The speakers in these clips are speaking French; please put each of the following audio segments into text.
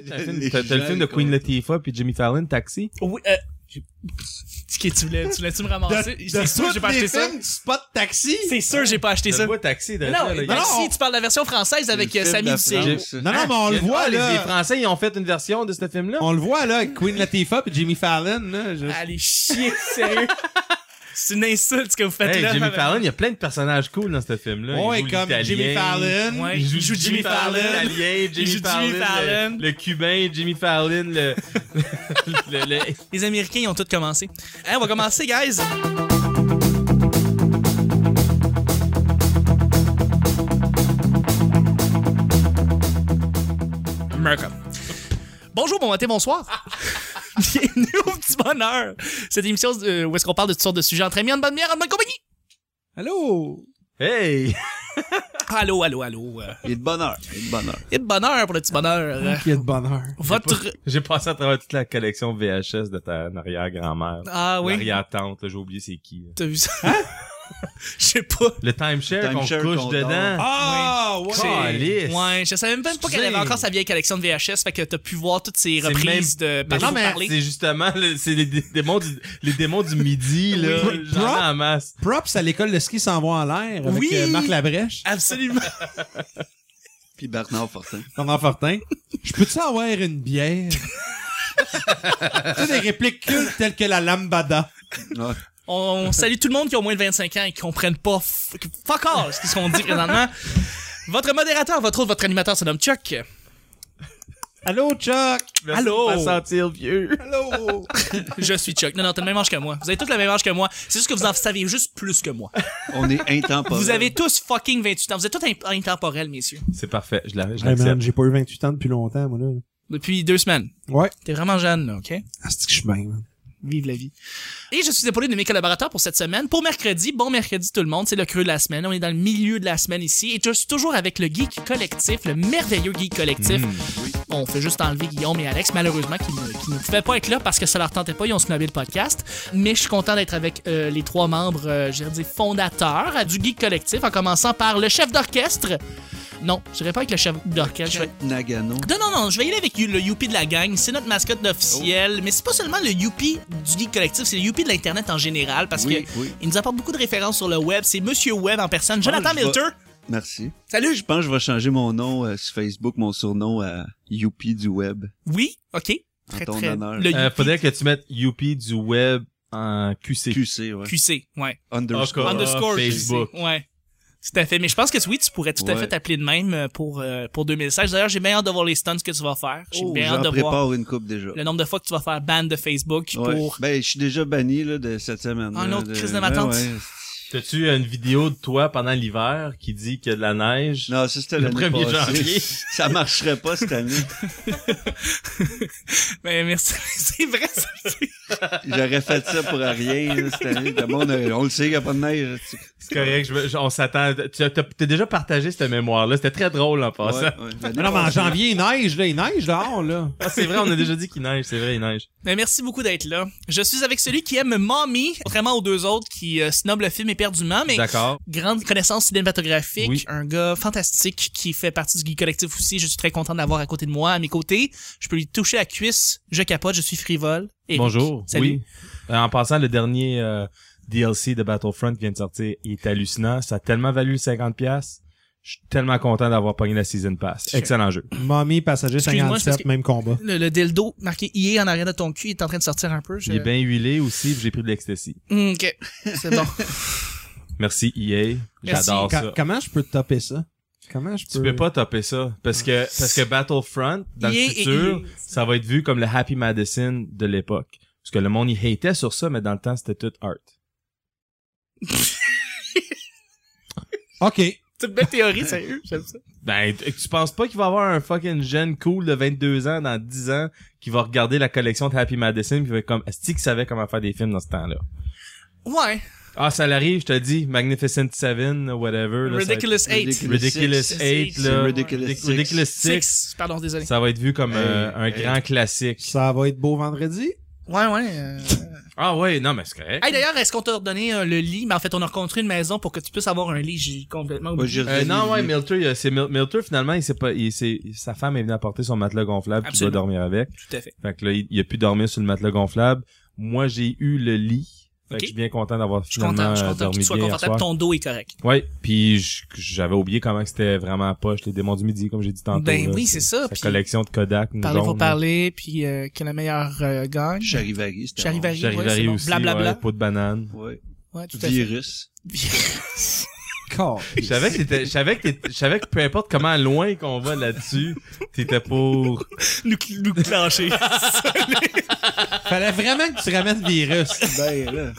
T'as le film, t'as- t'as le film de Queen Latifah puis Jimmy Fallon, Taxi. Oui, euh, j'ai- Tu- tu voulais, tu voulais-tu me ramasser? C'est sûr que j'ai pas acheté ça. spot taxi? C'est sûr j'ai pas acheté ça. T'as le Taxi Mais déjà, Non, là, il y a- non, Taxi, non. tu parles de la version française avec euh, Samy Ducé. France. Non, non, mais on Il y a- le ah, voit, les- Les, là. Français, ils ont fait une version de ce film-là. On le voit, là, avec Queen Latifah et Jimmy Fallon, là. Ah, Je- Allez chier, sérieux. C'est une insulte ce que vous faites Hey, là. Jimmy Avec- Fallon, il y a plein de personnages cool dans ce film-là. Il Ouais, joue comme l'Italien. Jimmy Fallon. Ouais, Il joue, Jimmy, Fallon, l'italien, Jimmy, joue Jimmy Fallon, le- Fallon. Le, cubain, Jimmy Fallon, le, le- le- Les Américains, ils ont tous commencé. Hein, on va commencer, guys. America. Bonjour, bon matin, bonsoir. Bienvenue au petit bonheur. Cette émission euh, où est-ce qu'on parle de toutes sortes de sujets entre amis, en bonne bière, en bonne compagnie. Allô? Hey! Allô, allô, allô. euh, Il est de bonheur. Il est de bonheur. Et de bonheur pour le petit bonheur. Euh, Qui a de bonheur. Votre... J'ai passé à travers toute la collection VHS de ta arrière-grand-mère. Ah oui, L'arrière-tante, là, j'ai oublié c'est qui. là. t'as vu ça? Je sais pas. Le timeshare Le qu'on timeshare couche qu'on dedans. Ah, ouais. Calisse. Ouais, je savais même pas qu'elle avait Excusez. encore sa vieille collection de VHS, fait que t'as pu voir toutes ces C'est reprises de Mais Ben Parlons non, mais Ben, parler. c'est justement, le- c'est les dé- démons du, les démons du midi, là. Oui. J'en ai en masse. Props à l'école de ski s'en va en l'air avec Oui. euh, Marc Labrèche, Absolument. Puis Bernard Fortin. Bernard Fortin. Je peux-tu avoir une bière? Tu sais, des répliques cultes telles que la lambada. Ouais. On salue tout le monde qui a moins de 25 ans et qui comprennent pas f- fuck all ce qu'on dit présentement. Votre modérateur, votre autre, votre animateur se nomme Chuck. Allô, Chuck? Merci Allô? de me sentir vieux. Allô? Je suis Chuck. Non, non, t'as le même âge que moi. Vous avez tous le même âge que moi. C'est juste que vous en savez juste plus que moi. On est intemporel. Vous avez tous fucking 28 ans. Vous êtes tous in- intemporels, messieurs. C'est parfait, je l'a- je Hey, man, l'accepte. j'ai pas eu 28 ans depuis longtemps, moi, là. Depuis deux semaines. Ouais. T'es vraiment jeune, là, OK? Ah, c'est que je suis bien, man. Vive la vie. Et je suis épaulé de mes collaborateurs pour cette semaine. Pour mercredi, bon mercredi tout le monde, c'est le creux de la semaine. On est dans le milieu de la semaine ici et je suis toujours avec le geek collectif, le merveilleux geek collectif. On fait juste enlever Guillaume et Alex, malheureusement, qui ne, qui ne pouvaient pas être là parce que ça leur tentait pas, ils ont snobé le podcast. Mais je suis content d'être avec euh, les trois membres, euh, je dire, fondateurs euh, du geek collectif, en commençant par le chef d'orchestre. Non, je dirais pas avec le chef d'orchestre, je vais- Nagano. non, non, non, je vais y aller avec le Youpi de la gang. C'est notre mascotte Oh. officielle, mais c'est pas seulement le Youpi du geek collectif, c'est le Youpi de l'Internet en général parce Oui, que oui. il nous apporte beaucoup de références sur le web. C'est Monsieur Web en personne. Jonathan je vais- Milter. Merci. Salut. Je pense que je vais changer mon nom euh, sur Facebook, mon surnom à Youpi du web. Oui, ok. En Très, ton très. honneur. Le Euh, Youpi faudrait que tu mettes Youpi du web en QC. QC, ouais. QC, ouais. Underscore. Ah, Underscore Facebook. QC, Ouais. Tout à fait. Mais je pense que oui, tu pourrais tout à Ouais. fait t'appeler de même euh, pour, euh, pour 2016. D'ailleurs, j'ai bien hâte de voir les stunts que tu vas faire. J'ai Oh, bien hâte J'en de voir prépare une coupe déjà. le nombre de fois que tu vas faire ban de Facebook Ouais. pour. Ben, je suis déjà banni là, de cette semaine. Un là, autre de... crise de ma tante. Ouais, ouais. T'as-tu une vidéo de toi pendant l'hiver qui dit qu'il y a de la neige? Non, ça c'était Le l'année 1er passée. janvier. ça marcherait pas cette année. Ben, merci. c'est vrai, ça. J'aurais fait ça pour rien là, cette année. Le monde, euh, on le sait qu'il n'y a pas de neige. C'est correct, je veux- je- on s'attend. Tu as t'as- t'as déjà partagé cette mémoire-là. C'était très drôle en Ouais, passant. ouais, l'année Mais non, mais en passée. janvier, il neige, là. Il neige dehors, là. Ah, c'est vrai, on a déjà dit qu'il neige. C'est vrai, il neige. Mais Ben, merci beaucoup d'être là. Je suis avec celui qui aime Mommy, contrairement aux deux autres qui euh, snobent le film éperdument, mais D'accord. grande connaissance cinématographique, Oui. un gars fantastique qui fait partie du Geek Collectif aussi. Je suis très content d'avoir à côté de moi, à mes côtés. Je peux lui toucher la cuisse, je capote, je suis frivole. Eric, Bonjour. Salut. Oui. Euh, en passant, le dernier euh, DLC de Battlefront qui vient de sortir, il est hallucinant. Ça a tellement valu le 50$. piastres. Je suis tellement content d'avoir pogné la Season Pass. Excellent jeu. Mommy, passager Excuse-moi, 57, c'est parce que- même combat. Le, le dildo marqué IA en arrière de ton cul est en train de sortir un peu. Je... Il est bien huilé aussi, puis j'ai pris de l'ecstasy. Mm, Ok, c'est bon. Merci EA. Merci. J'adore Ca- ça. Comment je peux te taper ça? Comment je peux... Tu peux pas topper ça parce que parce que Battlefront dans Yeah, le futur, yeah. ça va être vu comme le Happy Madison de l'époque. Parce que le monde y hatait sur ça, mais dans le temps c'était tout art. OK. c'est une belle théorie, sérieux, j'aime ça. Ben, t- tu penses pas qu'il va y avoir un fucking jeune cool de 22 ans dans 10 ans qui va regarder la collection de Happy Madison puis va être comme Asti qui savait comment faire des films dans ce temps-là. Ouais, Ah, ça l'arrive, je te dis, Magnificent Seven, whatever. là, ça va être- Ridiculous 8. Ridiculous. Ridiculous Six. Eight, Six. là. Ridiculous Ridic- Six. Ridiculous Six. Six. Pardon, désolé. Ça va être vu comme euh, Hey, un hey. grand classique. Ça va être beau vendredi? Ouais, ouais. euh, Ah ouais, non, mais c'est correct. Hey, d'ailleurs, est-ce qu'on t'a redonné euh, le lit? Mais en fait, on a rencontré une maison pour que tu puisses avoir un lit. J'ai complètement Moi, oublié. j'ai Euh, redonné non, le ouais, lit. Milter, il a- c'est Mil- Milter, finalement, il s'est pas, il s'est- sa femme est venue apporter son matelas gonflable qu'il doit Absolument. dormir avec. Tout à fait. Fait que là, il, il a pu dormir sur le matelas gonflable. Moi, j'ai eu le lit. Fait Ok. que je suis bien content d'avoir Je suis content, finalement je suis euh, content que dormi tu sois bien hier confortable. soir. Ton dos est correct. Ouais, puis je- j'avais oublié comment que c'était vraiment poche les démons du midi comme j'ai dit tantôt. Ben là. oui, c'est ça, Sa puis- collection de Kodak, nous Parler pour autres, parler, puis euh, que la meilleure euh, gagne. Charivari, c'était Charivari, là. J'arrive ouais, c'est bon. aussi, Blablabla. ouais, peau de banane. bon. Ouais. Ouais, tout à fait. Virus. Je savais que t'étais, je savais que t'étais- je savais que peu importe comment loin qu'on va là-dessus, t'étais pour. nous, cl- nous clencher. Fallait vraiment que tu ramènes virus. Ben, là.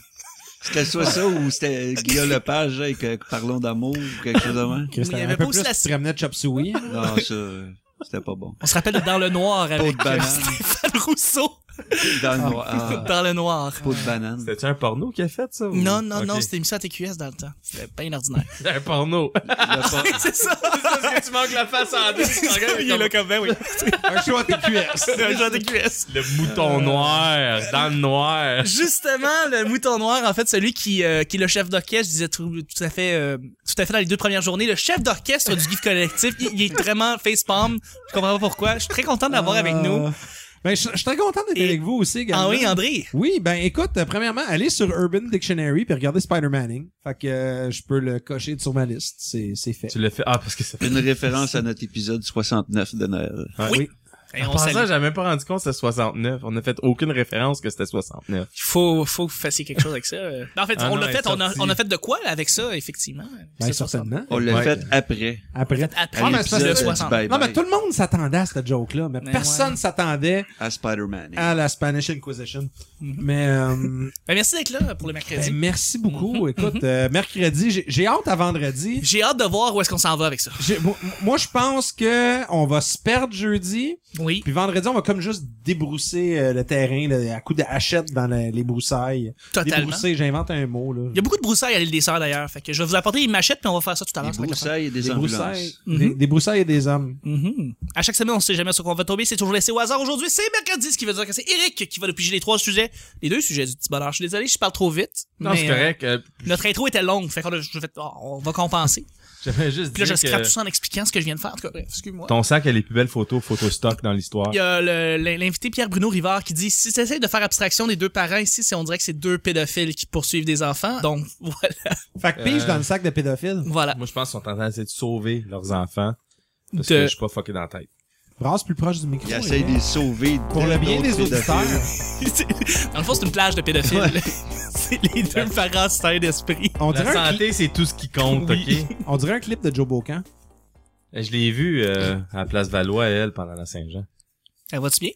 C'était soit ça ou c'était Guillaume Lepage avec euh, Parlons d'amour ou quelque chose de même. Chris, il y un avait peu pas aussi plus, la- Tu ramenais de Chop Suey. Non, ça, euh, c'était pas bon. On se rappelle de Dans le Noir Peau avec de banane. euh, Stéphane Rousseau. Dans le noir. Ah, Dans le Noir. peau de banane. C'était-tu un porno qui a fait ça? ou- Non, non, non, Ok. c'était une émission à TQS dans le temps. C'était bien ordinaire. C'était un porno. Le por- c'est ça! Parce que tu manques la face en deux. tu regardes Il est là comme ben oui. Un choix TQS. C'est un genre de TQS. Le Euh, mouton noir, dans le noir. Justement, le mouton noir, en fait, celui qui, euh, qui est le chef d'orchestre, je disais tout, tout à fait, euh, tout à fait dans les deux premières journées, le chef d'orchestre du GIF collectif, il, il est vraiment facepalm. Je comprends pas pourquoi. Je suis très content de l'avoir avec nous. Euh, Ben, je je suis très content d'être Et- avec vous aussi, gars. Ah oui, André. Oui, ben écoute, euh, premièrement, allez sur Urban Dictionary puis regardez Spider-Maning. Fait que euh, je peux le cocher sur ma liste. C'est c'est fait. Tu l'as fait. Ah, parce que ça fait. Une référence à notre épisode 69 de Noël. Oui. Et En on pensant, salue. j'avais même pas rendu compte que c'était 69. On n'a fait aucune référence que c'était 69. Il faut, faut que vous fassiez quelque chose avec ça. euh. En fait, Ah on non, l'a elle fait, est on a, sortie. on a fait de quoi là, avec ça, effectivement? Ben, C'est Oh, certainement. On l'a Ouais. fait après. Après Après. À Ah, mais l'épisode ça, euh, le du 60. Bye Non, Bye mais tout le monde s'attendait à cette joke-là, mais, Mais personne ouais. s'attendait à Spider-Man. à la Spanish Inquisition. Mhm. Mais euh, Ben, merci d'être là pour le mercredi. ben, merci Mhm. beaucoup. Écoute, euh, mercredi, j'ai- j'ai hâte à vendredi. J'ai hâte de voir où est-ce qu'on s'en va avec ça. J'ai- moi- moi, je pense que on va se perdre jeudi. Oui. Puis vendredi, on va comme juste débrousser euh, le terrain là, à coups de hachette dans la- les broussailles. Totalement. Débrousser, j'invente un mot là. Il y a beaucoup de broussailles à l'île des Sœurs d'ailleurs. Fait que je vais vous apporter une machette puis on va faire ça tout à Des l'heure. ça va être le fun. broussailles et des, Des broussailles, ambulances. des, des broussailles et des hommes. Mhm. À chaque semaine, on sait jamais sur quoi on va tomber. C'est toujours laissé au hasard. Aujourd'hui, c'est mercredi, ce qui veut dire que c'est Eric qui va nous piger les trois sujets. Les deux sujets du petit bonheur. Je suis désolé, je parle trop vite. Non, mais, c'est euh, correct. euh, notre intro était longue. Fait qu'on a, je vais- oh, on va compenser. J'avais juste Puis là, dit je scrape que tout ça en expliquant ce que je viens de faire. En tout cas, bref, excuse-moi. ton sac a les plus belles photos photostock dans l'histoire. Il y a le- l'in- l'invité Pierre-Bruno Rivard qui dit si tu essaies de faire abstraction des deux parents ici, c'est on dirait que c'est deux pédophiles qui poursuivent des enfants. Donc voilà. Fait que pige Euh. dans le sac de pédophiles. voilà. Moi, je pense qu'ils sont en train d'essayer de sauver leurs enfants parce De- que je suis pas fucké dans la tête. Brasse plus proche du micro. Il essaye de les sauver. Pour le bien d'autres des auditeurs. pédophiles. Dans le fond, c'est une plage de pédophiles. c'est les deux parents sains d'esprit. On La dirait, un cli- santé, c'est tout ce qui compte, Oui. OK? on dirait un clip de Joe Bocan. Je l'ai vu euh, à la Place Valois, elle, pendant la Saint-Jean. Elle va-tu Euh, bien?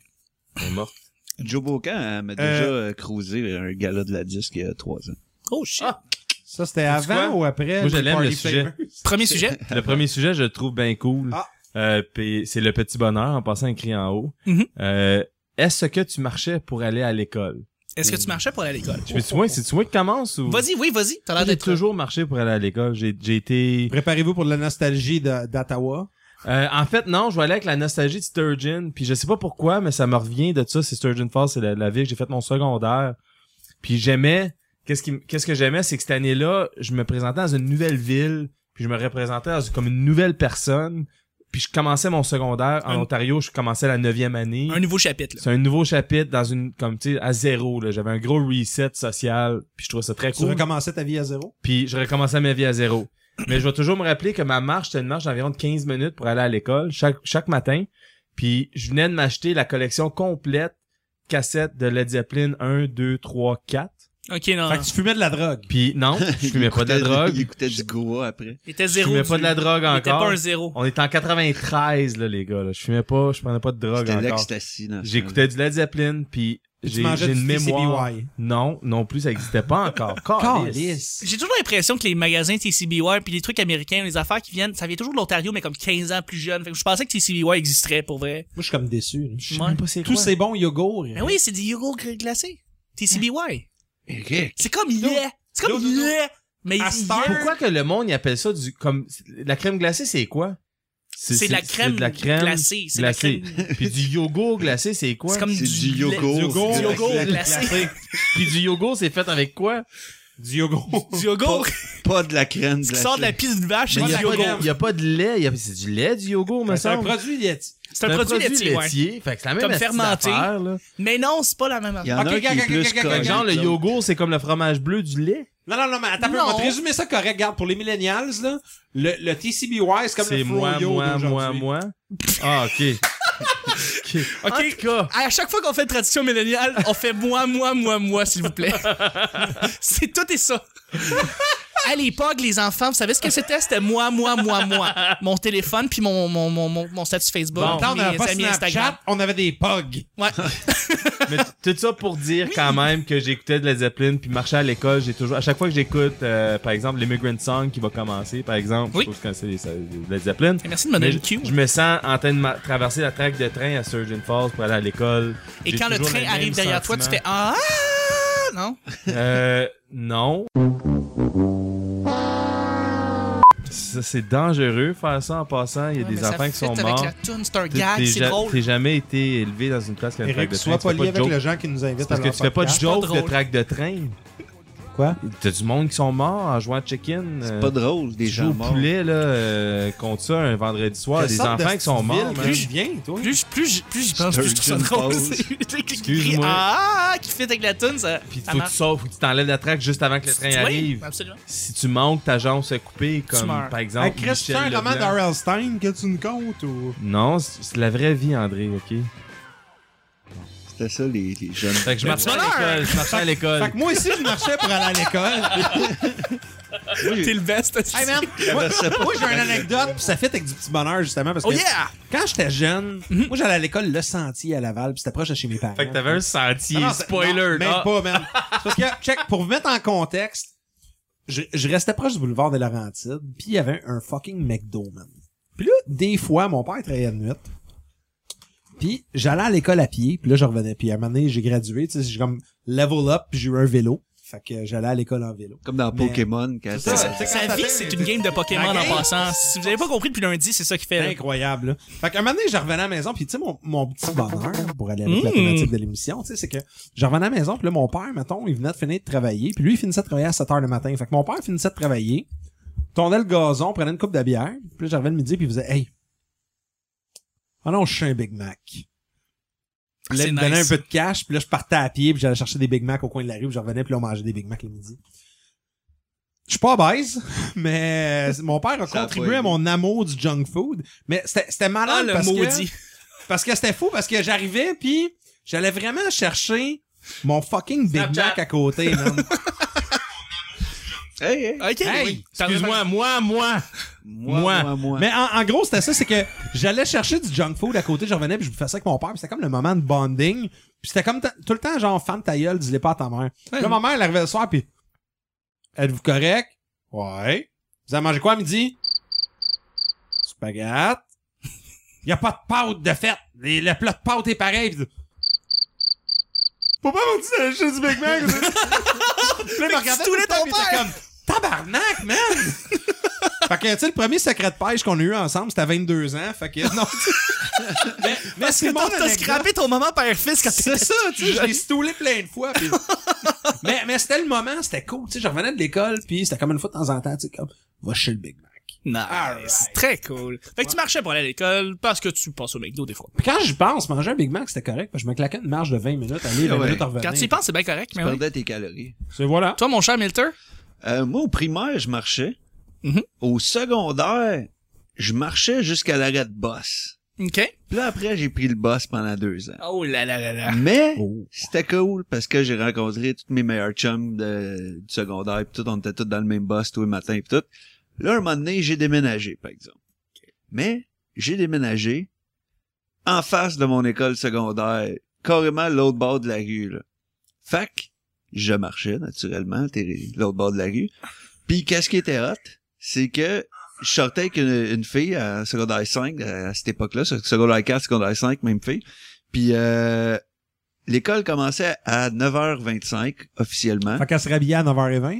Elle est morte. Joe Bocan m'a déjà euh, cruisé un gala de la disque il y a trois ans. Oh shit. Ah. Ça, c'était Sais-tu avant quoi? ou après? Moi, je le l'aime, Party le sujet. Favor? Premier sujet. Le premier sujet, je le trouve bien cool. Ah. Euh, puis c'est le petit bonheur en passant écrit en haut. Mhm. Euh, Est-ce que tu marchais pour aller à l'école? Est-ce que tu marchais pour aller à l'école? Je fais-tu moins? C'est-tu moins qui commence ou? Vas-y, oui, vas-y. T'as Moi, l'air J'ai d'être toujours. toujours marché pour aller à l'école. J'ai j'ai été... Préparez-vous pour de la nostalgie de- d'Ottawa. Euh, en fait, non, je vais aller avec la nostalgie de Sturgeon. Puis je sais pas pourquoi, mais ça me revient de ça. C'est Sturgeon Falls, c'est la, la ville que j'ai fait mon secondaire. Puis j'aimais... Qu'est-ce qui m- qu'est-ce que j'aimais, c'est que cette année-là, je me présentais dans une nouvelle ville. Puis je me représentais dans- comme une nouvelle personne. Puis je commençais mon secondaire en Un- Ontario. Je commençais la neuvième année. Un nouveau chapitre, là. C'est un nouveau chapitre dans une comme tu sais à zéro là, j'avais un gros reset social, puis je trouvais ça très Tu cool. recommençais ta vie à zéro. Puis je recommençais ma vie à zéro. Mais je vais toujours me rappeler que ma marche c'était une marche d'environ de 15 minutes pour aller à l'école chaque chaque matin. Puis je venais de m'acheter la collection complète cassette de Led Zeppelin 1 2 3 4. Ok, Ah. non. Fait que tu fumais de la drogue. Puis non, je fumais pas de la Écoutait- Il drogue. écoutait du Goa après. Il était Je zéro. fumais pas du- de la drogue Il était pas encore. un zéro. On est en 93 là les gars, là. je fumais pas, je prenais pas de drogue C'était encore. l'ecstasy. dans ce J'écoutais du Led Zeppelin puis Tu j'ai mangeais j'ai du une mémoire. TCBY. Non, non plus, ça existait pas encore. Calisse. Calisse. J'ai toujours l'impression que les magasins TCBY puis les trucs américains, les affaires qui viennent, ça vient toujours de l'Ontario, mais comme 15 ans plus jeune. Fait que je pensais que TCBY existerait pour vrai. Moi, je suis comme déçu. là. Je sais même pas c'est Tous quoi. Ben ces bons yogourts. Mais oui, c'est du yogourt gl- glacé. TCBY. Eric. C'est comme il Non. est. C'est comme Non, non, il non. est. Mais il À cette heure- est. Pourquoi que le monde y appelle ça du comme la crème glacée c'est quoi C'est de la crème, de la crème glacée. C'est de la glacée. crème- Puis du yogourt glacé, c'est quoi? C'est comme C'est du, du lait- yogourt. Du yogourt, Du yogourt glacé. Puis du yogourt, c'est fait avec quoi? Du yogourt. Du yogourt Pas de la crème qui glacée. sort de la pisse de vache, c'est Mais il du y a, pas de- yogourt. il y a pas de lait. il y a- C'est du lait, du yogourt, me C'est un semble. produit laitier. C'est un, produit laitier, ouais. Fait que c'est la même Comme astuce fermenté. d'affaire, là. Mais non, c'est pas la même Il y affaire. en Ok, a un qui ok, est ok, plus ok, ok, correct. Genre, le yogourt, c'est comme le fromage bleu du lait. Non, non, non, mais attends, un peu, Non. on va te résumer ça correct. Regarde, pour les millennials, là, le, le TCBY, c'est comme C'est le moi, Froyo moi, moi, d'aujourd'hui. moi. Ah, OK. OK. En Ok. tout cas, À chaque fois qu'on fait une tradition milléniale, on fait moi, moi, moi, moi, s'il vous plaît. c'est tout et ça. À l'époque, les enfants, vous savez ce que c'était? C'était moi, moi, moi, moi. Mon téléphone, puis mon, mon, mon, mon, mon statut Facebook, Bon. puis Attends, on mes avait pas amis Instagram. Snapchat, on avait des pogs. Ouais. mais tout ça pour dire quand même que j'écoutais de la Zeppelin puis marchais à l'école, j'ai toujours à chaque fois que j'écoute euh, par exemple l'Immigrant Song qui va commencer par exemple, Oui. je suppose que c'est les- ça- la Zeppelin. Et merci de me donner Mais le je, cue. je me sens en train de ma- traverser la traque de train à Surgeon Falls pour aller à l'école. Et J'ai quand le toujours train même arrive derrière toi, tu sentiment. fais Ah! Non? Euh, non. Ça, c'est dangereux faire ça en passant. Il y a Ouais, mais des ça enfants qui fit sont avec morts. la toune, c'est un T'es- gag, t'es c'est ja- drôle. T'es jamais été élevé dans une classe qui a une traque Eric, de train. sois tu fais poli pas de avec joke. les gens qui nous invitent C'est parce à que leur tu fais pas de podcast. Pas joke de drôle. traque de train. Quoi? T'as du monde qui sont morts en jouant à chicken. C'est pas drôle, des Tu joues gens au morts. euh, poulet, là, euh, contre ça, un vendredi soir. Quelle Des sorte de enfants qui sont petite morts, ville man. hein. Plus je viens, toi. Plus, plus, j'y- plus j'y pense, plus je trouve ça Sturgeon drôle. Falls. Excuse-moi. Excuse-moi. Ah! Qui fit avec la toune, ça. Puis ça faut que tu marche. sauves, faut que tu t'enlèves la traque juste avant que le train Oui, arrive. absolument. Si tu manques, ta jambe se couper, comme meurs. par exemple. Hey, Chris, c'est Michel un roman Leblanc. d'R.L. Stein que tu nous comptes ou. Non, c'est c'est la vraie vie, André, ok? C'était ça, les, les jeunes. Fait que je Ben marchais à voilà. l'école, je marchais à Fait l'école. que moi aussi, je marchais pour aller à l'école. T'es le best. hey man, moi, moi, j'ai une anecdote, puis ça fait avec du petit bonheur justement parce que Oh yeah! quand j'étais jeune, moi j'allais à l'école Le Sentier à Laval, puis c'était proche de chez mes parents. Fait que t'avais un sentier, Ah Non, non, c'est- spoiler, non, même là. pas, man. C'est parce que, check, pour vous mettre en contexte, je, je restais proche du boulevard des Laurentides, puis il y avait un fucking McDo, man. Puis là, des fois, mon père travaillait de nuit. Puis j'allais à l'école à pied, puis là, je revenais. Puis à un moment donné, j'ai gradué, tu sais, j'ai comme level up, puis j'ai eu un vélo. Fait que j'allais à l'école en vélo. Comme dans Mais- Pokémon. Quand C'est ça, t'as- c'est quand Sa vie, t'as- c'est une game de Pokémon La en game, passant. Si vous avez pas compris depuis lundi, c'est ça qui C'est fait. là. incroyable. Là. Fait qu'à un moment donné, je revenais à la maison, puis tu sais, mon, mon petit bonheur, pour aller avec la Mm. thématique de l'émission, tu sais, c'est que je revenais à la maison, puis là, mon père, mettons, il venait de finir de travailler, puis lui, il finissait de travailler à 7 heures le matin. Fait que mon père finissait de travailler, tournait le gazon, prenait une coupe de bière, puis là, j'arrivais le midi, puis il faisait « Hey, ah non, je suis un Big Mac. » Puis Là, C'est il me donnait nice. un peu de cash, puis là, je partais à pied, puis j'allais chercher des Big Mac au coin de la rue, puis je revenais, puis là, on mangeait des Big Mac le midi. Je suis pas baise, mais euh, mon père a Ça a contribué pas à aidé. mon amour du junk food. Mais c'était c'était Ah, malade le parce maudit. que parce que c'était fou parce que j'arrivais puis j'allais vraiment chercher mon fucking Big Snapchat. Mac à côté, man. Hey, hey. Ok. oui. Excuse-moi, moi, moi! Moi, Moi. moi, moi. Mais en, en gros, c'était ça, c'est que j'allais chercher du junk food à côté, je revenais, puis je faisais ça avec mon père, puis c'était comme le moment de bonding. Puis c'était comme t- tout le temps, genre, femme ta gueule, dis-le pas à ta mère. Puis là, ma mère, elle arrivait le soir, puis êtes-vous correct? Ouais. Vous avez mangé quoi à midi? Spaghetti. Y a pas de pâte de fête. Les- le plat de pâte est pareil. Puis... Pourquoi on dit d'aller chercher du Big Mac? Puis là, il me regardait tout saoulais le temps, ton puis il était père. comme, tabarnak, man! fait que, tu sais, le premier secret de pêche qu'on a eu ensemble, c'était à 22 ans. Fait que, non. mais mais Parce que c'est mon t'as- t'as anecdote. scrappé ton moment père-fils quand C'est t'étais ça, tu sais, je l'ai stoulé plein de fois. puis- mais mais c'était le moment, c'était cool. Tu sais, je revenais de l'école, puis c'était comme une fois de temps en temps, tu sais, comme, va chez le Big Mac. Nice. Alright. Très cool. Fait que tu marchais pour aller à l'école parce que tu passes au McDo des fois. Puis quand j'y pense, manger un Big Mac, c'était correct, parce que je me claquais une marge de 20 minutes, aller, 20 Ah ouais. minutes, revenir. Quand tu y penses, c'est bien correct, mais Tu oui. perdais tes calories. C'est voilà. Toi, mon cher Milter, Euh, moi, au primaire, je marchais. Mhm. Au secondaire, je marchais jusqu'à l'arrêt de boss. ok. Puis là, après, j'ai pris le boss pendant deux ans. Oh là là là là. Mais Oh. c'était cool parce que j'ai rencontré tous mes meilleurs chums de- du secondaire puis tout, on était tous dans le même boss tous les matins puis tout. Là, un moment donné, j'ai déménagé, par exemple. Mais j'ai déménagé en face de mon école secondaire, carrément l'autre bord de la rue. Là. Fac, je marchais naturellement, t'es- l'autre bord de la rue. Puis qu'est-ce qui était hot, c'est que je sortais avec une, une fille à secondaire 5 à, à cette époque-là, secondaire 4, secondaire 5, même fille. Puis euh, l'école commençait à 9h25 officiellement. Fait qu'elle se rhabillait à 9h20.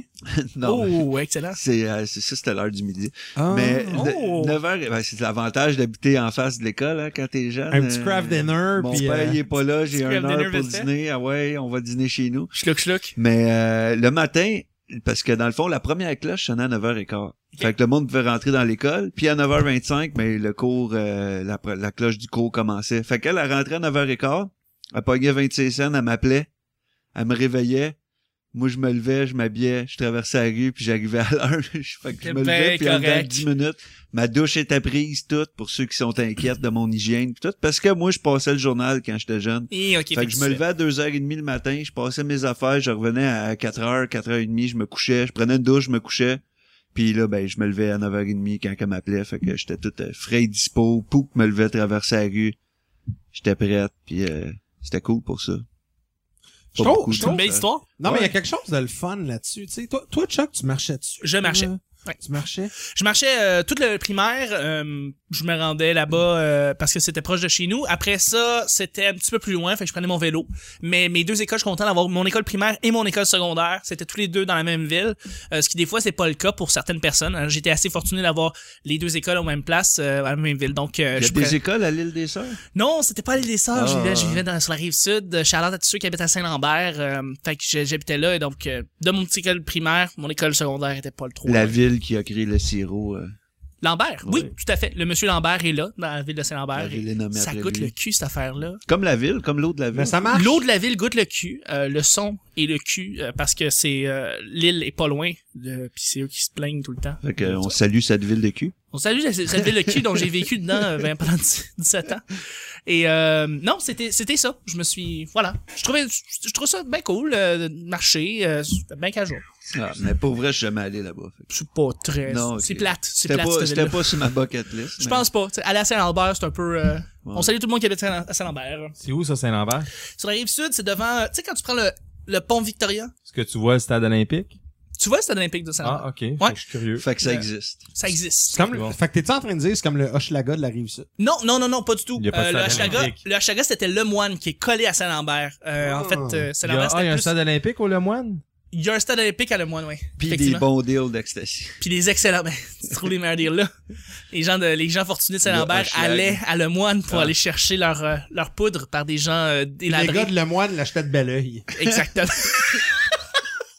non, Oh, excellent. c'est euh, c'est ça, c'était l'heure du midi. Ah. Mais Oh. 9h, ben, c'est l'avantage d'habiter en face de l'école hein, quand t'es jeune. un petit Euh, craft dinner, Mon puis père, euh, il est pas là, petit j'ai un craft dinner heure pour vite fait. dîner. Ah ouais, on va dîner chez nous. Schluck, schluck. Mais euh, le matin, parce que dans le fond, la première cloche sonnait à 9h15. Fait que le monde pouvait rentrer dans l'école. Puis à 9h25, mais le cours, euh, la, pre- la cloche du cours commençait. Fait qu'elle, elle rentrait à 9h15, elle pognait 26 cents, elle m'appelait, elle me réveillait. Moi, je me levais, je m'habillais, je traversais la rue, puis j'arrivais à l'heure. fait que je me Ben levais, puis en dedans de correct. 10 minutes, ma douche était prise, toute, pour ceux qui sont inquiètes de mon hygiène, puis tout. Parce que moi, je passais le journal quand j'étais jeune. Et ok, Fait que je me levais à 2h30 le matin, je passais mes affaires, je revenais à 4h, 4h30, je me couchais, je prenais une douche, je me couchais. Puis là, ben, je me levais à 9h30 quand elle m'appelait, fait que j'étais tout euh, frais et dispo, pouc, me levais, traversais la rue. J'étais prête, puis euh, c'était cool pour ça. Je Pas trouve- beaucoup je de C'est une temps, belle ça. histoire. Non, mais il y a Ouais. quelque chose de le fun là-dessus. Tu sais, toi, toi, Chuck, tu marchais dessus. Je marchais. Euh, Ouais. Tu marchais? Je marchais euh, tout le primaire, euh, je me rendais là-bas euh, parce que c'était proche de chez nous. Après ça, c'était un petit peu plus loin, fait que je prenais mon vélo. Mais mes deux écoles, je suis content d'avoir mon école primaire et mon école secondaire. C'était tous les deux dans la même ville, euh, ce qui des fois c'est pas le cas pour certaines personnes. Alors, J'étais assez fortuné d'avoir les deux écoles en même place, euh, à la même ville. Donc euh, Il y je a suis prêt- des écoles à l'île des Sœurs? non, c'était pas à l'île des Sœurs. Je Ah. vivais, je vivais dans, sur la rive sud. Charlotte à tous ceux qui habitent à Saint-Lambert. euh, fait que j'ai- j'habitais là. Et donc, euh, de mon petit école primaire, mon école secondaire était pas le trop. La loin. ville qui a créé le sirop, euh, Lambert, oui, Ouais. tout à fait. Le monsieur Lambert est là, dans la ville de la Saint-Lambert. ville est nommée Ah, Ça après goûte lui. le cul, cette affaire-là. Comme la ville, comme l'eau de la ville. Mais ça marche. L'eau de la ville goûte le cul, euh, le son et le cul, euh, parce que c'est euh, l'île est pas loin, euh, puis c'est eux qui se plaignent tout le temps. Fait que, euh, on salue cette ville de cul. On salue la- cette ville de cul dont j'ai vécu dedans euh, ben, pendant 17 ans. Et euh, non, c'était c'était ça. Je me suis... Voilà. Je trouvais je, je trouve ça bien cool, euh, de marcher, euh, c'était bien casual. Ah, mais pour vrai, je suis jamais allé là-bas. Fait que C'est pas très... Non, C'est ok. plate. C'est C'était plate, pas, cette c'était ville-là. pas sur ma bucket list. Je mais- pense pas. Tu sais, Aller à Saint-Lambert, c'est un peu... euh, On Ouais. salue tout le monde qui habite à Saint- à Saint-Lambert. C'est où ça, Saint-Lambert? Sur la rive sud, c'est devant. euh, Tu sais, quand tu prends le, le pont Victoria, Est-ce que tu vois le stade olympique? tu vois le stade olympique de Saint-Lambert. Ah, ok. Fait que Je suis curieux. Fait que ça Euh, existe. Ça existe. C'est comme bon. le- Fait que t'es-tu en train de dire c'est comme le Hochelaga de la rive sud? Non, non, non, non, pas du tout. Euh, Il y a pas de le stade Hochelaga, olympique. le Hochelaga, c'était le moine qui est collé à Saint-Lambert. Euh, En Ah. fait, euh, Il y a, Saint-Lambert, ah, il y c'était a un plus... stade olympique au Lemoine? Il y a un stade olympique à le moine, oui. Puis des Effectivement. bons deals d'ecstasy. Puis des excellents... Ben, tu trouves les meilleurs deals, là. Les gens, de, les gens fortunés de Le Saint-Lambert Hochelaga. allaient à le moine pour Ah. aller chercher leur, euh, leur poudre par des gens euh, Les délabrés. gars de Lemoine l'achetaient de bel oeil. Exactement.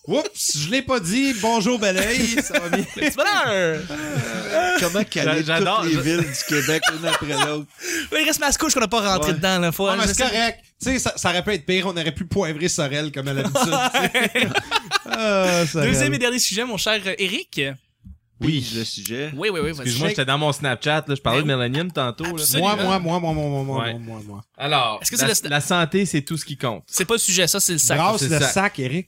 Oups, je l'ai pas dit. Bonjour bel oeil, ça va bien. C'est bonheur! Comment caler J'adore, toutes les je- villes du Québec l'une après l'autre. Il reste ma couche qu'on n'a pas rentré Ouais. dedans, là. Faut, Ah, mais je c'est sais- correct. Tu sais, ça, ça aurait pu être pire. On aurait pu poivrer Sorel comme à l'habitude. Ah, Sorel. Deuxième et dernier sujet, mon cher euh, Eric. Oui. Le sujet. Oui, oui, oui, vas-y. Excuse-moi, Shake. j'étais dans mon Snapchat, là. Je parlais Ben de Millennium tantôt, là. Absolument. Moi, moi, moi, moi, moi, moi, moi, Ouais. moi, moi, moi. Alors, Est-ce que c'est la, le sna- la santé, c'est tout ce qui compte. C'est pas le sujet, ça, c'est le sac. Brasse c'est le ça. sac, Eric.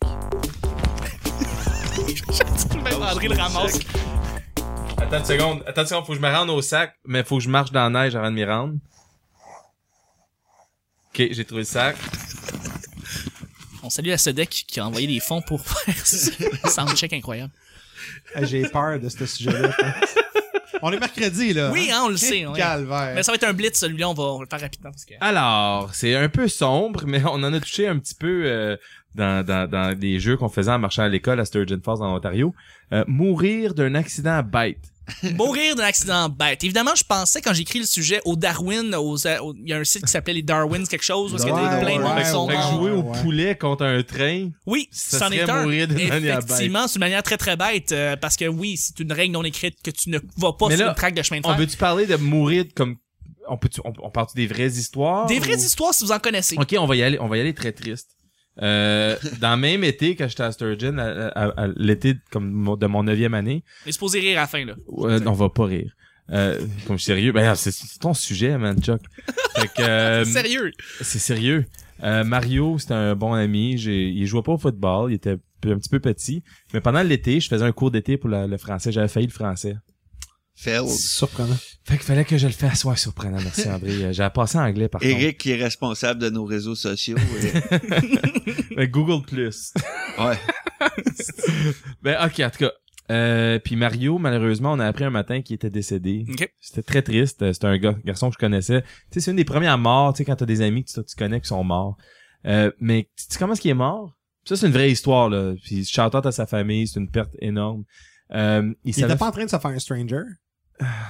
Même André le ramasse. Attends une seconde, attends une seconde, faut que je me rende au sac, mais faut que je marche dans la neige avant de m'y rendre. Ok, j'ai trouvé le sac. On salue la Sodec qui a envoyé des fonds pour faire ce soundcheck incroyable. Ah, J'ai peur de ce sujet-là. on est mercredi, là. Oui, hein, on le sait, ouais. Calvaire. Mais ça va être un blitz, celui-là, on va on va le faire rapidement parce que... Ah. Alors, c'est un peu sombre, mais on en a touché un petit peu euh, dans, dans, dans des jeux qu'on faisait en marchant à l'école à Sturgeon Falls en Ontario. Euh, mourir d'un accident à bête. Mourir d'un accident bête. Évidemment, je pensais quand j'ai écrit le sujet au Darwin, aux, euh, aux- il y a un site qui s'appelait les Darwins quelque chose, parce qu'il y a Ouais, plein de ouais, monde qui ouais, sont fait que ouais. morts. jouer au ouais. poulet contre un train, Oui, Ça c'en est serait un. mourir d'une manière bête. Effectivement, c'est une manière très très bête, euh, parce que oui, c'est une règle non écrite que tu ne vas pas Mais sur là, une traque de chemin de on fer. veut-tu parler de mourir comme... On, peut on, on parle des vraies Oh histoires? Des vraies ou- histoires si vous en connaissez. Ok, on va y aller, on va y aller très triste. Euh, dans le même été, quand j'étais à Sturgeon, à, à- à l'été comme mon- de mon neuvième année, On est supposé rire à la fin, là. euh, on va pas rire. Euh, comme je suis sérieux, ben c'est c'est ton sujet, man, Chuck. Fait que, euh, Sérieux. c'est sérieux. Euh, Mario, c'était un bon ami. J'ai, il jouait pas au football, il était p- un petit peu petit. Mais pendant l'été, je faisais un cours d'été pour la- le français. J'avais failli le français. Feld. C'est surprenant. Fait qu'il fallait que je le fasse. Ouais, surprenant. Merci, André. Euh, J'avais passé en anglais, par Eric qui est responsable de nos réseaux sociaux. euh, contre. Mais Google Plus. ouais. Ben, ok, en tout cas. Euh, puis Mario, malheureusement, on a appris un matin qu'il était décédé. Ok. C'était très triste. C'était un gars, garçon que je connaissais. Tu sais, c'est une des premières morts, tu sais, quand t'as des amis que tu, tu connais qui sont morts. Euh, mais tu sais comment est-ce qu'il est mort? Ça, c'est une vraie histoire, là. Puis shout out à sa famille, c'est une perte énorme. Euh, il Il savait- était pas en train de se faire un stranger.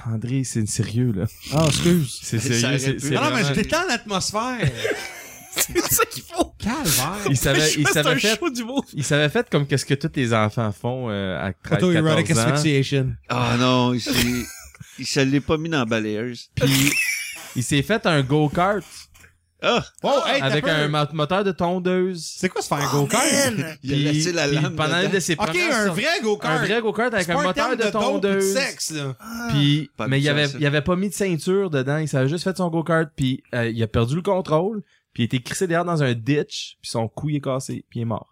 André, c'est sérieux, là. Ah, excuse. C'est Ça sérieux. aurait c'est- pu. c'est Non, Non, non, mais vraiment- je détends l'atmosphère. C'est ça qu'il faut. Calvaire. il savait, il C'est un savait fait, show du mot. il savait fait comme qu'est-ce que tous les enfants font euh, à 13, 14 ans. asphyxiation. Ah non, il s'est- il se l'est pas mis dans la balayeuse. Puis il s'est fait un go-kart Ah! Oh, hey, t'as avec peur. un mo- moteur de tondeuse. C'est quoi se faire un go-kart? Man! Il a Puis- laissé la puis lame pendant dedans. une de ses Ok, premières un sorties- vrai un go-kart. vrai go-kart avec C'est un pas moteur terme de dope ou de tondeuse. Ah. sexe, là. Puis, Pas mais il de avait, ça. il avait pas mis de ceinture dedans. Il s'avait juste fait son go-kart. Puis, euh, il a perdu le contrôle. Puis, il était crissé derrière dans un ditch. Puis, son cou il est cassé. Puis, il est mort.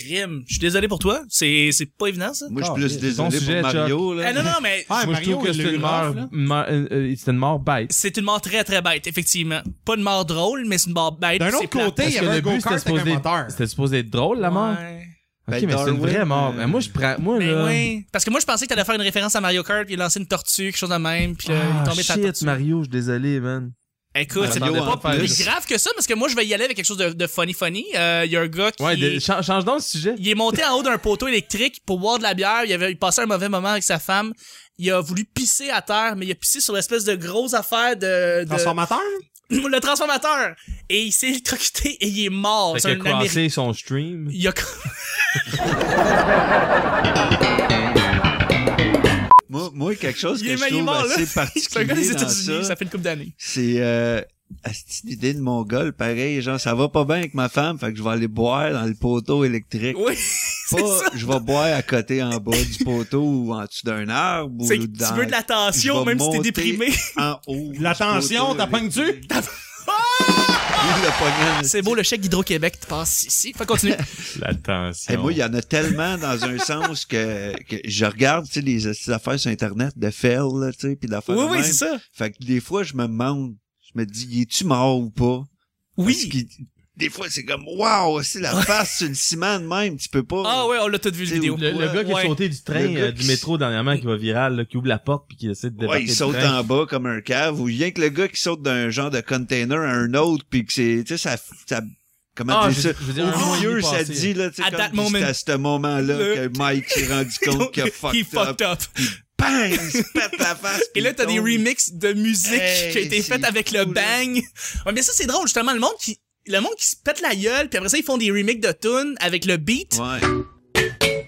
Crime. Je suis désolé pour toi. C'est, c'est pas évident, ça. Moi, je suis Ah, plus c'est ton désolé sujet, pour Mario, là. Ah, non, non, mais Ah, Moi, je Mario, trouve que il l'a c'était eu une rough, mort, là. une mort- euh, euh, c'était une mort bête. c'est une mort très, très bête, effectivement. Pas une mort drôle, mais c'est une mort bête. D'un puis autre c'est plate. côté, il y Parce que avait un le but, go-kart c'était avec un supposé, moteur. c'était supposé être drôle, la mort. Ouais. Ok, Ben, mais c'est une Darwin, vraie mort. euh, Mais moi, je prends, moi, Ben Euh, là. oui. Parce que moi, je pensais que t'allais faire une référence à Mario Kart, puis lancer une tortue, quelque chose de même, puis là, il Ah, est tombé sa shit, tortue. Mario, je suis désolé, man. Écoute, c'est Mario pas en plus plus. grave que ça, parce que moi, je vais y aller avec quelque chose de, de funny funny. Euh, Il y a un gars qui... Ouais, de- cha- change donc le sujet. Il est monté en haut d'un poteau électrique pour boire de la bière. Il avait il passait un mauvais moment avec sa femme. Il a voulu pisser à terre, mais il a pissé sur l'espèce de grosse affaire de, de- Transformateur? le transformateur. Et il s'est électrocuté et il est mort. Fait qu'il C'est a un Américain. croisé son stream. Il a Moi, moi, quelque chose que il est, je il est trouve mort là. assez C'est un gars des particulier dans États-Unis. Ça. ça, fait une couple d'années. c'est euh, asti d'idée de mongol, pareil, genre, ça va pas bien avec ma femme, fait que je vais aller boire dans le poteau électrique. Oui, c'est ça. Pas, je vais boire à côté en bas du poteau ou en dessous d'un arbre ou C'est que dans, tu veux de je l'attention vais même si t'es monter. déprimé. en haut. euh, La tension, tension, t'as pogné-tu? C'est beau le chèque d'Hydro-Québec, tu passes ici. Fait continuer. La tension. Et Eh, moi, il y en a tellement dans un sens que, que je regarde, tu sais, les, esti affaires sur Internet de Fell, là, tu sais, puis d'affaires oui, de oui, même. c'est ça. Fait que des fois, je me demande, je me dis, y es-tu mort ou pas? Parce Oui. qu'il- des fois, c'est comme, waouh, c'est la face sur le ciment de même, tu peux pas. Ah ouais, on l'a tout vu, C'est la vidéo. où Le, le Ouais, gars qui ouais. a sauté du train, Le gars euh, du qui- métro dernièrement, qui va viral, là, qui ouvre la porte puis qui essaie de débarquer Ouais, il du saute train. en bas comme un cave, ou rien que le gars qui saute d'un genre de container à un autre, puis que c'est, tu sais, ça, ça, comment Ah, dire je- ça? je veux dire, un Au mois et milieu, demi ça passé. dit, là, tu sais, At that comme moment. c'est à ce moment-là Le- que Mike s'est rendu compte qu'il a He fucked up. fucked up. Bang! Il se pète la face. Et puis là, il t'as des tombe. remixes de musique Hey, qui a été c'est faite avec le fou, là. bang. Ouais, mais ça, c'est drôle, justement. Le monde qui, le monde qui se pète la gueule, puis après ça, ils font des remixes de tunes avec le beat. Ouais.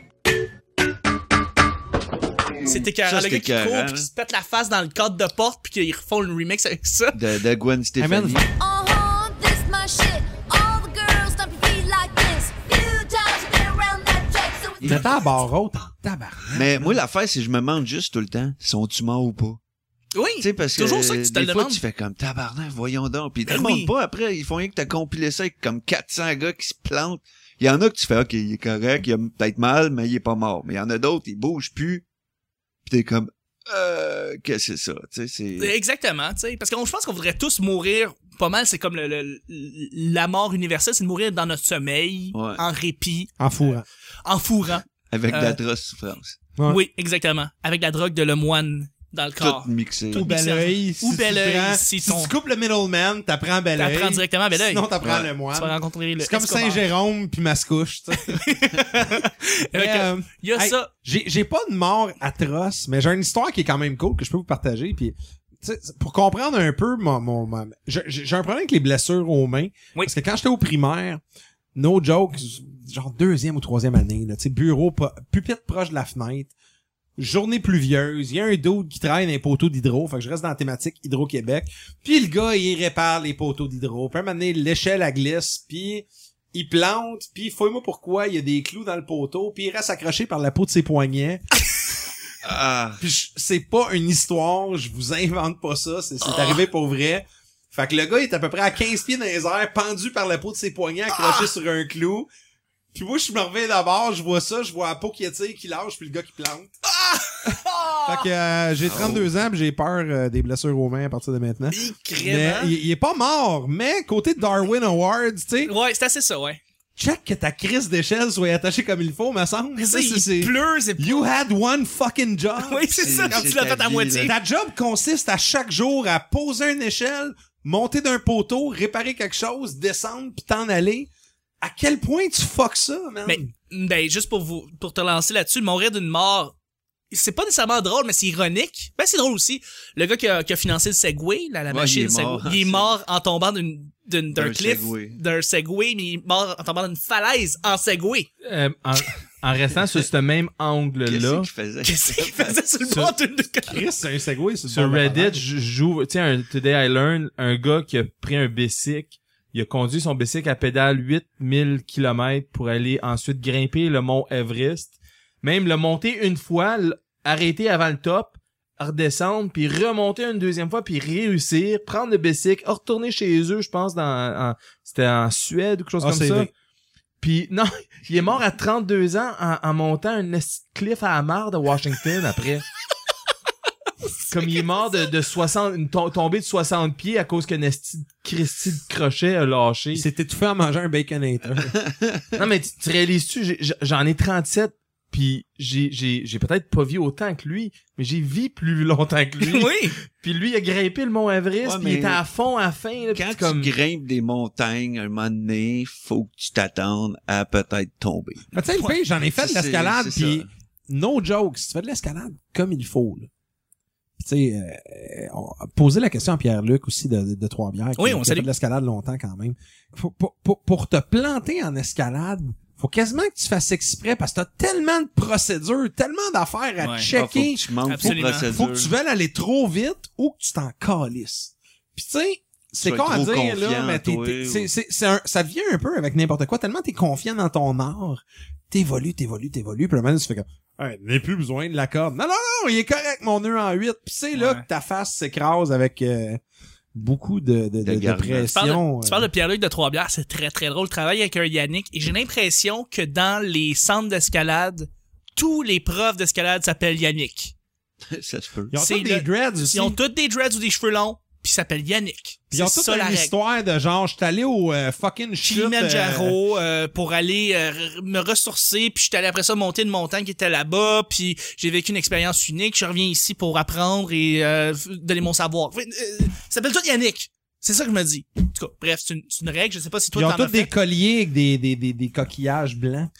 C'était carré. Ça, Le c'est gars qui écœurant, court, puis hein. qui se pète la face dans le cadre de porte, puis qu'ils refont le remix avec ça. De, de Gwen Stefani. Amen. Uh-huh, this my shit. All the girls dump your feet like this. Few times you've been around that track, so it's Il était à barre haute en tabarnak. Mais moi, l'affaire, c'est que je me demande juste tout le temps, sont-tu morts ou pas? Oui. Tu sais, parce que, Toujours ça que tu te des le fois, demandes. tu fais comme tabarnak, voyons donc. Puis ils te Ben demandent oui. pas après, ils font rien que t'as compilé ça avec comme 400 gars qui se plantent. Il y en a que tu fais, OK, il est correct, il a peut-être mal, mais il est pas mort. Mais il y en a d'autres, ils bougent plus. Puis t'es comme, euh, qu'est-ce que c'est ça? Tu sais, c'est... Exactement, tu sais. Parce que je pense qu'on voudrait tous mourir pas mal. C'est comme le, le- la mort universelle, c'est de mourir dans notre sommeil, Ouais. en répit, En fourrant. en fourrant. Avec Euh, d'atroces souffrances. Ouais. Oui, exactement. Avec la drogue de le moine dans le corps. Tout mixé. Tout Ou bel oeil. Si Ou tu bel oeil, prends- si Si, ton- tu coupes le middleman, t'apprends bel oeil. T'apprends directement bel oeil. Sinon, t'apprends Ouais. le Tu vas moine. rencontrer le C'est comme Escobar. Saint-Jérôme puis Mascouche, tu sais. Fait Mais, que, euh, Il y a Hey, ça. J'ai j'ai pas de mort atroce, mais j'ai une histoire qui est quand même cool que je peux vous partager. Puis, tu sais, pour comprendre un peu mon, mon, ma- j'ai j'ai un problème avec les blessures aux mains. Oui. Parce que quand j'étais au primaire, no joke, genre deuxième ou troisième année, là, tu sais, bureau, po- pupitre proche de la fenêtre, journée pluvieuse, il y a un dude qui travaille dans les poteaux d'hydro, fait que je reste dans la thématique Hydro-Québec. Puis le gars, il répare les poteaux d'hydro. Puis à un moment donné, l'échelle, elle glisse, puis il plante, puis fouille-moi pourquoi, il y a des clous dans le poteau, puis il reste accroché par la peau de ses poignets. Ah, Puis je- c'est pas une histoire, je vous invente pas ça, c'est c'est arrivé pour vrai. Fait que le gars il est à peu près à 15 pieds dans les airs, pendu par la peau de ses poignets, accroché sur un clou. Puis moi, je me reviens d'abord, je vois ça, je vois la peau qui étire, qui lâche, puis le gars qui plante. fait que euh, j'ai 32 ans, puis j'ai peur euh, des blessures aux mains à partir de maintenant. Mais Incroyable. il, il est pas mort, mais côté de Darwin Awards, tu sais, Ouais, c'est assez ça, ouais. check que ta crise d'échelle soit attachée comme il faut, me semble. Mais Ça, ça, c'est- il c'est- pleut, c'est... You had one fucking job. Oui, c'est C'est- ça, quand c'est tu l'as ta fait à vie, Et moitié. Ta job consiste à chaque jour à poser une échelle, monter d'un poteau, réparer quelque chose, descendre puis t'en aller. À quel point tu fuck ça, man? Mais, ben, juste pour vous, pour te lancer là-dessus, mourir d'une mort, c'est pas nécessairement drôle, mais c'est ironique. Ben, c'est drôle aussi. Le gars qui a, qui a financé le Segway, là, la Ouais, machine il est Segway, mort, hein, il est c'est- mort en tombant d'une, d'une- d'un D'un cliff, Segway. d'un Segway, mais il est mort en tombant d'une falaise en Segway. Euh, en, en restant sur ce même Qu'est-ce angle-là, qu'il faisait? Qu'est-ce qu'il faisait sur le Sur- bord d'une de Chris, c'est un segway, c'est sur Reddit, je joue, tu sais, un Today I Learn, un gars qui a pris un bicycle, il a conduit son bicycle à pédale 8000 km pour aller ensuite grimper le mont Everest, même le monter une fois, l- arrêter avant le top, redescendre, puis remonter une deuxième fois, puis réussir, prendre le bicycle, retourner chez eux, je pense, dans, en- c'était en Suède ou quelque chose Ah, comme c'est ça. vrai. Puis non, il est mort à 32 ans en, en montant un esti de cliff à la mare de Washington après. Comme il est mort de, de 60, une to- tombée de 60 pieds à cause que Nesti Christy de crochet a lâché. Il s'est étouffé en mangeant un baconator. Non, mais tu, tu réalises-tu, j'ai- j'ai- j'en ai 37, puis j'ai, j'ai, j'ai peut-être pas vu autant que lui, mais j'ai vu plus longtemps que lui. Oui. Puis lui, il a grimpé le mont Everest, puis Ouais, il mais était à fond à la fin. Là, puis Quand c'est comme... tu grimpes des montagnes, un moment donné, faut que tu t'attendes à peut-être tomber. Mais tu sais, le pire, j'en ai fait de C'est- l'escalade, c'est puis ça. no joke, si tu fais de l'escalade comme il faut, là. Puis Tu sais, euh, on a posé la question à Pierre-Luc aussi de, de, de Trois-Bières. qui- Oui, qui on a salue. fait de l'escalade longtemps quand même. Faut- pour, pour- pour te planter en escalade, faut quasiment que tu fasses exprès parce que t'as tellement de procédures, tellement d'affaires à Ouais. Ah, faut checker. que tu manques aux Absolument. procédures. faut que tu veuilles aller trop vite ou que tu t'en calisses. Puis tu sais, c'est sois con à trop dire là, confiant, mais t'es- toi, t'es- ou- c'est- c'est- c'est un- ça vient un peu avec n'importe quoi. Tellement t'es confiant dans ton art, t'évolues, t'évolues, t'évolues, puis le moment donné, tu fais comme, hey, n'est plus besoin de la corde. Non, non, non, il est correct mon nœud en 8. Puis c'est là Ouais. que ta face s'écrase avec euh, beaucoup de, de, de- de garde. Tu parles, pression. euh. de, tu parles de Pierre-Luc de Trois-Bières, c'est très très drôle. Travaille avec un Yannick et j'ai l'impression que dans les centres d'escalade, tous les profs d'escalade s'appellent Yannick. ça se peut. Ils ont tous c'est des le- dreads aussi. Ils ont tous des dreads ou des cheveux longs, puis ils s'appellent Yannick. Puis ils ont C'est toute ça la une règle. histoire de genre, je suis allé au euh, fucking shit. Kilimanjaro euh, pour aller euh, r- me ressourcer puis j'étais allé après ça monter une montagne qui était là-bas puis j'ai vécu une expérience unique je reviens ici pour apprendre et euh, f- donner mon savoir Fait, euh, ça s'appelle tout Yannick c'est ça que je me dis en tout cas bref c'est une, c'est une règle je sais pas si toi ils ont t'en as tous des fait. colliers avec des, des, des, des coquillages blancs.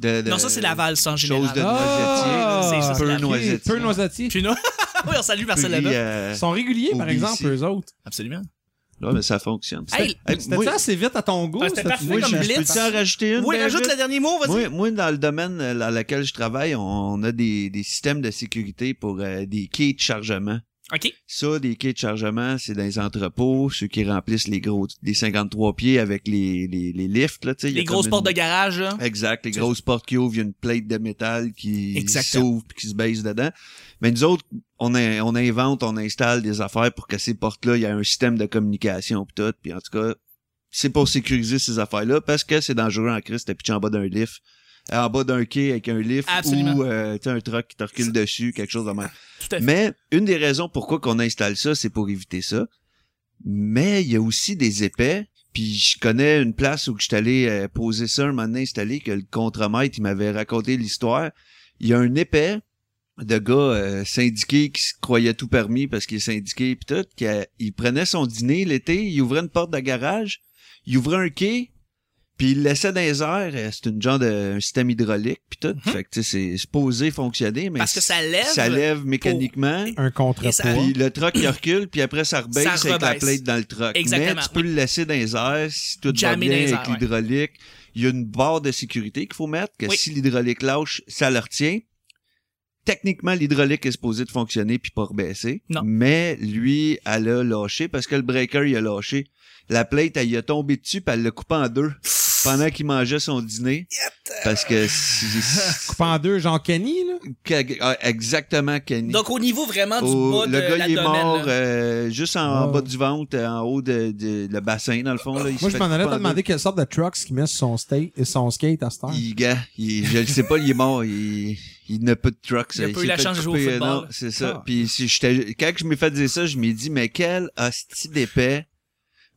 De- de- non ça c'est Laval ça en général Ah! Chose de C'est ça, noisetier. c'est la- Peu noisetier. Peu noisetier. Puis non- Ah oui on salue Marcel Puis, Laval euh, Ils sont réguliers, par Oublie exemple, ici. eux autres. absolument Ouais, mais ça fonctionne. Hey, C'était moi- ça assez vite à ton goût? Ah, c'était ça? parfait Moi, comme je- je blitz. peux-tu en rajouter une? oui ben rajoute vite? le dernier mot vas-y Moi, moi, dans le domaine euh, dans lequel je travaille, on a des, des systèmes de sécurité pour euh, des quais de chargement. ok Ça, des quais de chargement, c'est dans les entrepôts, ceux qui remplissent les gros, les 53 pieds avec les, les, les lifts, là, tu sais. il y a les grosses comme portes de une- garage hein. là. Exact, les C'est- grosses portes qui ouvrent, il y a une plate de métal qui Exactement. s'ouvre puis qui se baisse dedans. Mais nous autres, on, in- on invente, on installe des affaires pour que ces portes-là, il y a un système de communication pis tout, puis en tout cas, c'est pour sécuriser ces affaires-là parce que c'est dangereux en crise de pitcher en bas d'un lift, euh, en bas d'un quai avec un lift Absolument. ou euh, tu sais, un truck qui te recule dessus, quelque chose de même. tout à fait Mais une des raisons pourquoi qu'on installe ça, c'est pour éviter ça. Mais il y a aussi des épais. Puis je connais une place où que je suis allé euh, poser ça un moment donné, installé, que le contremaître, il m'avait raconté l'histoire. Il y a un épais de gars euh, syndiqué qui se croyait tout permis parce qu'il est syndiqué puis tout, qui a- il prenait son dîner l'été, il ouvrait une porte de garage, il ouvrait un quai, puis il le laissait dans les airs. Euh, C'est une genre de un système hydraulique puis tout. Fait que tu sais, c'est supposé fonctionner, mais Mm-hmm. parce que ça lève ça lève mécaniquement. Un Et ça- contrepoids. Puis le truck, il recule, puis après, ça Ça rebaisse avec la rebaisse. plate dans le truck. Exactement, Mais tu peux le laisser dans les airs si tout va Jammer bien dans les avec airs, l'hydraulique. Il y a une barre de sécurité qu'il faut mettre, que Oui. si l'hydraulique lâche, ça le retient. Techniquement, l'hydraulique est supposé de fonctionner puis pas rebaisser. Non. Mais lui, elle a lâché parce que le breaker, il a lâché. La plate, elle y a tombé dessus puis elle l'a coupé en deux pendant qu'il mangeait son dîner. Parce que... si- si- Coupé en deux, Jean Kenny, là. Ah, Exactement, Kenny. donc au niveau vraiment du Au- bas de le gars, il est l'abdomen, mort là. euh, juste en, en Ouais. bas du ventre, euh, en haut de, de- le bassin, dans le fond. Là, il se Moi, je fait m'en allais couper te en demander quelle sorte de trucks qu'il met sur son, skate et son skate à cette heure. deux. Il, gars, il- je le sais pas, il est mort. Il, il n'a pas de truck. ça, Il a pas eu s'est la fait chance de jouer au couper, euh, football. Non, c'est ça. Ah. Puis si j'étais- quand je m'ai fait dire ça, je m'ai dit, mais quel hostie d'épais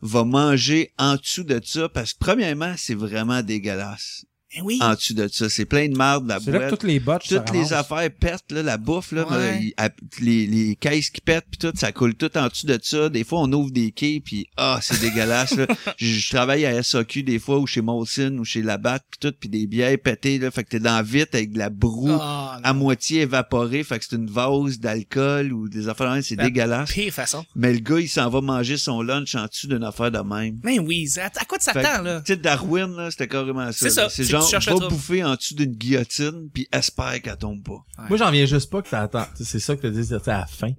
va manger en dessous de ça? Parce que premièrement, c'est vraiment dégueulasse. Eh oui. en dessous de ça. C'est plein de marde, la C'est là que boîte. toutes les bottes se Toutes les ramassent. affaires pètent, là, la bouffe, là, Ouais. mais il- à- les, les caisses qui pètent, puis tout, ça coule tout en dessous de ça. Des fois, on ouvre des quais, puis ah, c'est dégueulasse. là. Je, je travaille à SAQ des fois, ou chez Molson, ou chez Labatt, puis tout, puis des bières pétées, là, fait que t'es dans vite avec de la broue Ah, à moitié évaporée, fait que c'est une vase d'alcool ou des affaires, de même, Ben, c'est La dégueulasse. pire façon. Mais le gars, il s'en va manger son lunch en dessous d'une affaire de même. Mais Ben oui, à, à quoi tu Fait que, t'attends, là? Tu sais, Darwin, là, c'était carrément ça. C'est ça, là. C'est c'est que genre, tu cherches la va trouble. bouffer en dessous d'une guillotine, puis espère qu'elle tombe pas. Moi, j'en viens juste pas que t'attends. Tu sais, C'est ça que t'as dit, c'était à la fin.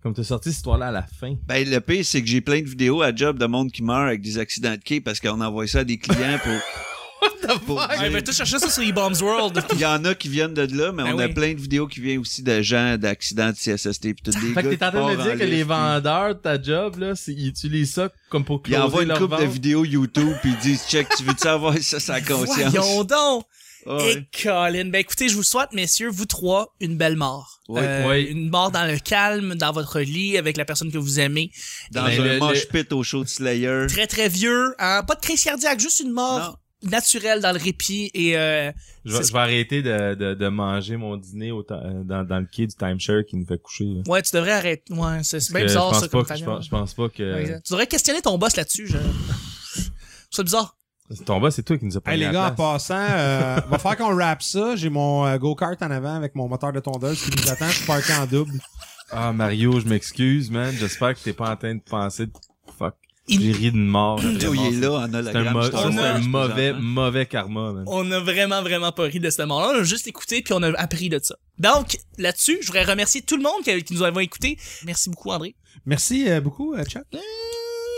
Comme t'as sorti cette histoire-là à la fin. Ben, le pire, c'est que j'ai plein de vidéos à job de monde qui meurt avec des accidents de quai parce qu'on envoie ça à des clients pour... pour Ouais, dire- ben, tu cherches ça sur eBombs World. Il y en a qui viennent de là, mais Ben on a oui. plein de vidéos qui viennent aussi de gens d'accidents de CSST puis tout des Fait que t'es gars en train qui de partent me en dire que les lift, vendeurs de ta job, là, c'est- ils utilisent ça comme pour puis Ils closer envoient une leur couple de vente. vidéos YouTube puis ils disent check tu veux tu avoir ça sa conscience. Voyons donc! Ah ouais. Et Colin, ben écoutez, je vous souhaite, messieurs, vous trois, une belle mort. Euh, Oui. Oui. Une mort dans le calme, dans votre lit, avec la personne que vous aimez. Dans Mais Ben, le- un le- mosh pit au show de Slayer. Très, très vieux, hein? Pas de crise cardiaque, juste une mort naturelle dans le répit et... Euh, Je vais, c'est- je vais arrêter de, de, de manger mon dîner au ta- euh, dans, dans le quai du timeshare qui me fait coucher. là. ouais, tu devrais arrêter. Ouais, c'est c'est bien Que je bizarre, pense ça, pas comme que, je, famille. pense, je pense pas que... Ouais, Tu devrais questionner ton boss là-dessus. Je... c'est bizarre. Ton boss, c'est toi qui nous a pas Hey, les gars, en passant, euh, va faire qu'on rappe ça. J'ai mon euh, go-kart en avant avec mon moteur de tondeuse qui nous attend. Je suis parké en double. Ah, Mario, je m'excuse, man. J'espère que t'es pas en train de penser de... Fuck. Il- J'ai ri de mort. Joe, vraiment. il est là en C'est un, hologramme. mo- je te ça, c'est un remercie, mauvais, Jean. mauvais karma, man. On a vraiment, vraiment pas ri de ce moment-là. On a juste écouté puis on a appris de ça. Donc, là-dessus, je voudrais remercier tout le monde qui, qui nous a écouté. Merci beaucoup, André. Merci euh, beaucoup, euh, Chuck.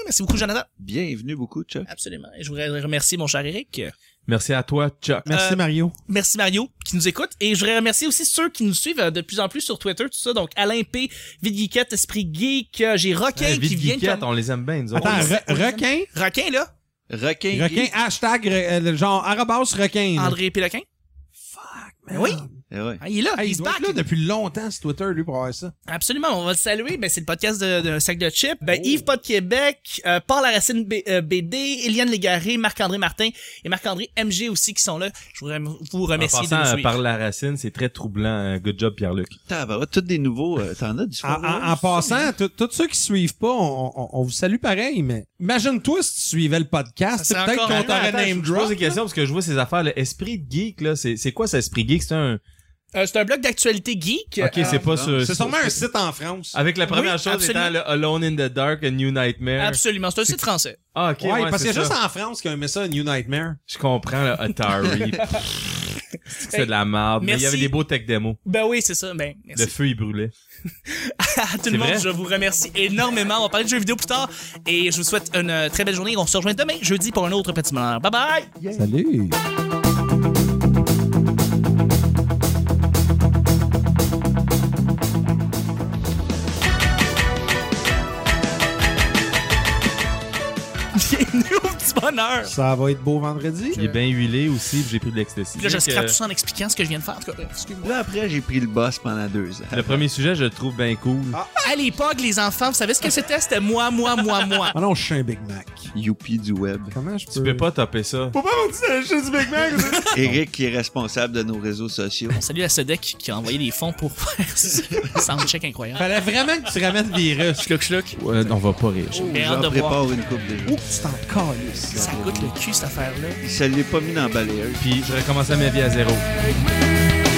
Merci beaucoup, Jonathan. Bienvenue beaucoup, Chuck. Absolument. Et je voudrais remercier mon cher Eric. Merci à toi, Chuck. Merci, Euh, Mario. Merci Mario qui nous écoute. Et je voudrais remercier aussi ceux qui nous suivent euh, de plus en plus sur Twitter, tout ça. Donc Alain P, Vidgeekette, Esprit Geek, euh, j'ai Roquin Hey, qui vite vient geekette, de... on les aime bien, nous autres. Attends, on les- re- on les aime. requin. Requin, là? Requin. Requin, hashtag, euh, le genre, arabas requin. là. André Péloquin? Ben Man. Oui. Eh ouais. Ah, il est là, Hey, il il se doit back. être là depuis longtemps, ce Twitter, lui, pour avoir ça. Absolument, on va le saluer. Ben, c'est le podcast de, de Sac de Chips. Ben, Oh. Yves Pas de Québec, euh, Paul Laracine B- euh, BD, Eliane Légaré, Marc-André Martin et Marc-André MG aussi qui sont là. Je voudrais m- vous En remercier de nous passant, euh, suivre. par la racine, c'est très troublant. Euh, Good job, Pierre-Luc. Tabarouette, tous des nouveaux. euh, T'en as du En, en- en passant, tout- tous ceux qui suivent pas, on, on- on vous salue pareil, mais imagine-toi si tu suivais le podcast, Ça, c'est c'est peut-être encore qu'on mieux. t'aurait Attends, je- name Je pose drop. des questions parce que je vois ces affaires. Le esprit de geek, là, c'est c'est quoi cet esprit geek? C'est un. Euh, c'est un bloc d'actualité geek. Ok, Euh, c'est pas non. sur. C'est sur- sûrement un site en France. Avec la première Oui, chose absolument. étant le Alone in the Dark, A New Nightmare. Absolument, c'est un site français. Ah, ok. ouais, parce c'est qu'il y a ça. juste en France qui a aimé ça, New Nightmare. Je comprends, le Atari. Pfff, c'est de la merde. Mais il y Merci. avait des beaux tech démos. Ben oui, c'est ça. Ben, merci. Le feu, il brûlait. à tout C'est le monde, vrai? je vous remercie énormément. On va parler de jeux vidéo plus tard et je vous souhaite une euh, très belle journée. On se rejoint demain, jeudi, pour un autre petit bonheur. Bye bye! Salut. Bienvenue au petit bonheur! Ça va être beau vendredi. Il est bien huilé aussi, puis j'ai pris de l'ecstasy. Puis là, je Donc, scrape euh, tout ça en expliquant ce que je viens de faire. En tout cas, excuse-moi. Là, après, j'ai pris le boss pendant deux ans. Le premier sujet, je le trouve bien cool. Ah. À l'époque, les enfants, vous savez ce que c'était? C'était moi, moi, moi, moi. Ah non, je suis un Big Mac. Youpi du web. Comment je peux... Tu peux pas taper ça. Eric qui est responsable de nos réseaux sociaux. Salut à Sodec qui a envoyé des fonds pour faire ce soundcheck incroyable. Fallait vraiment que tu ramènes le virus. Schluck, schluck. Ouais, on va pas rire. J'ai hâte J'en de voir. prépare une coupe de Ouh, jours. tu t'en calisses. Ça coûte le cul, cette affaire-là. Ça l'est pas mis dans la balayeuse. Puis je recommençais ma vie à zéro. Take me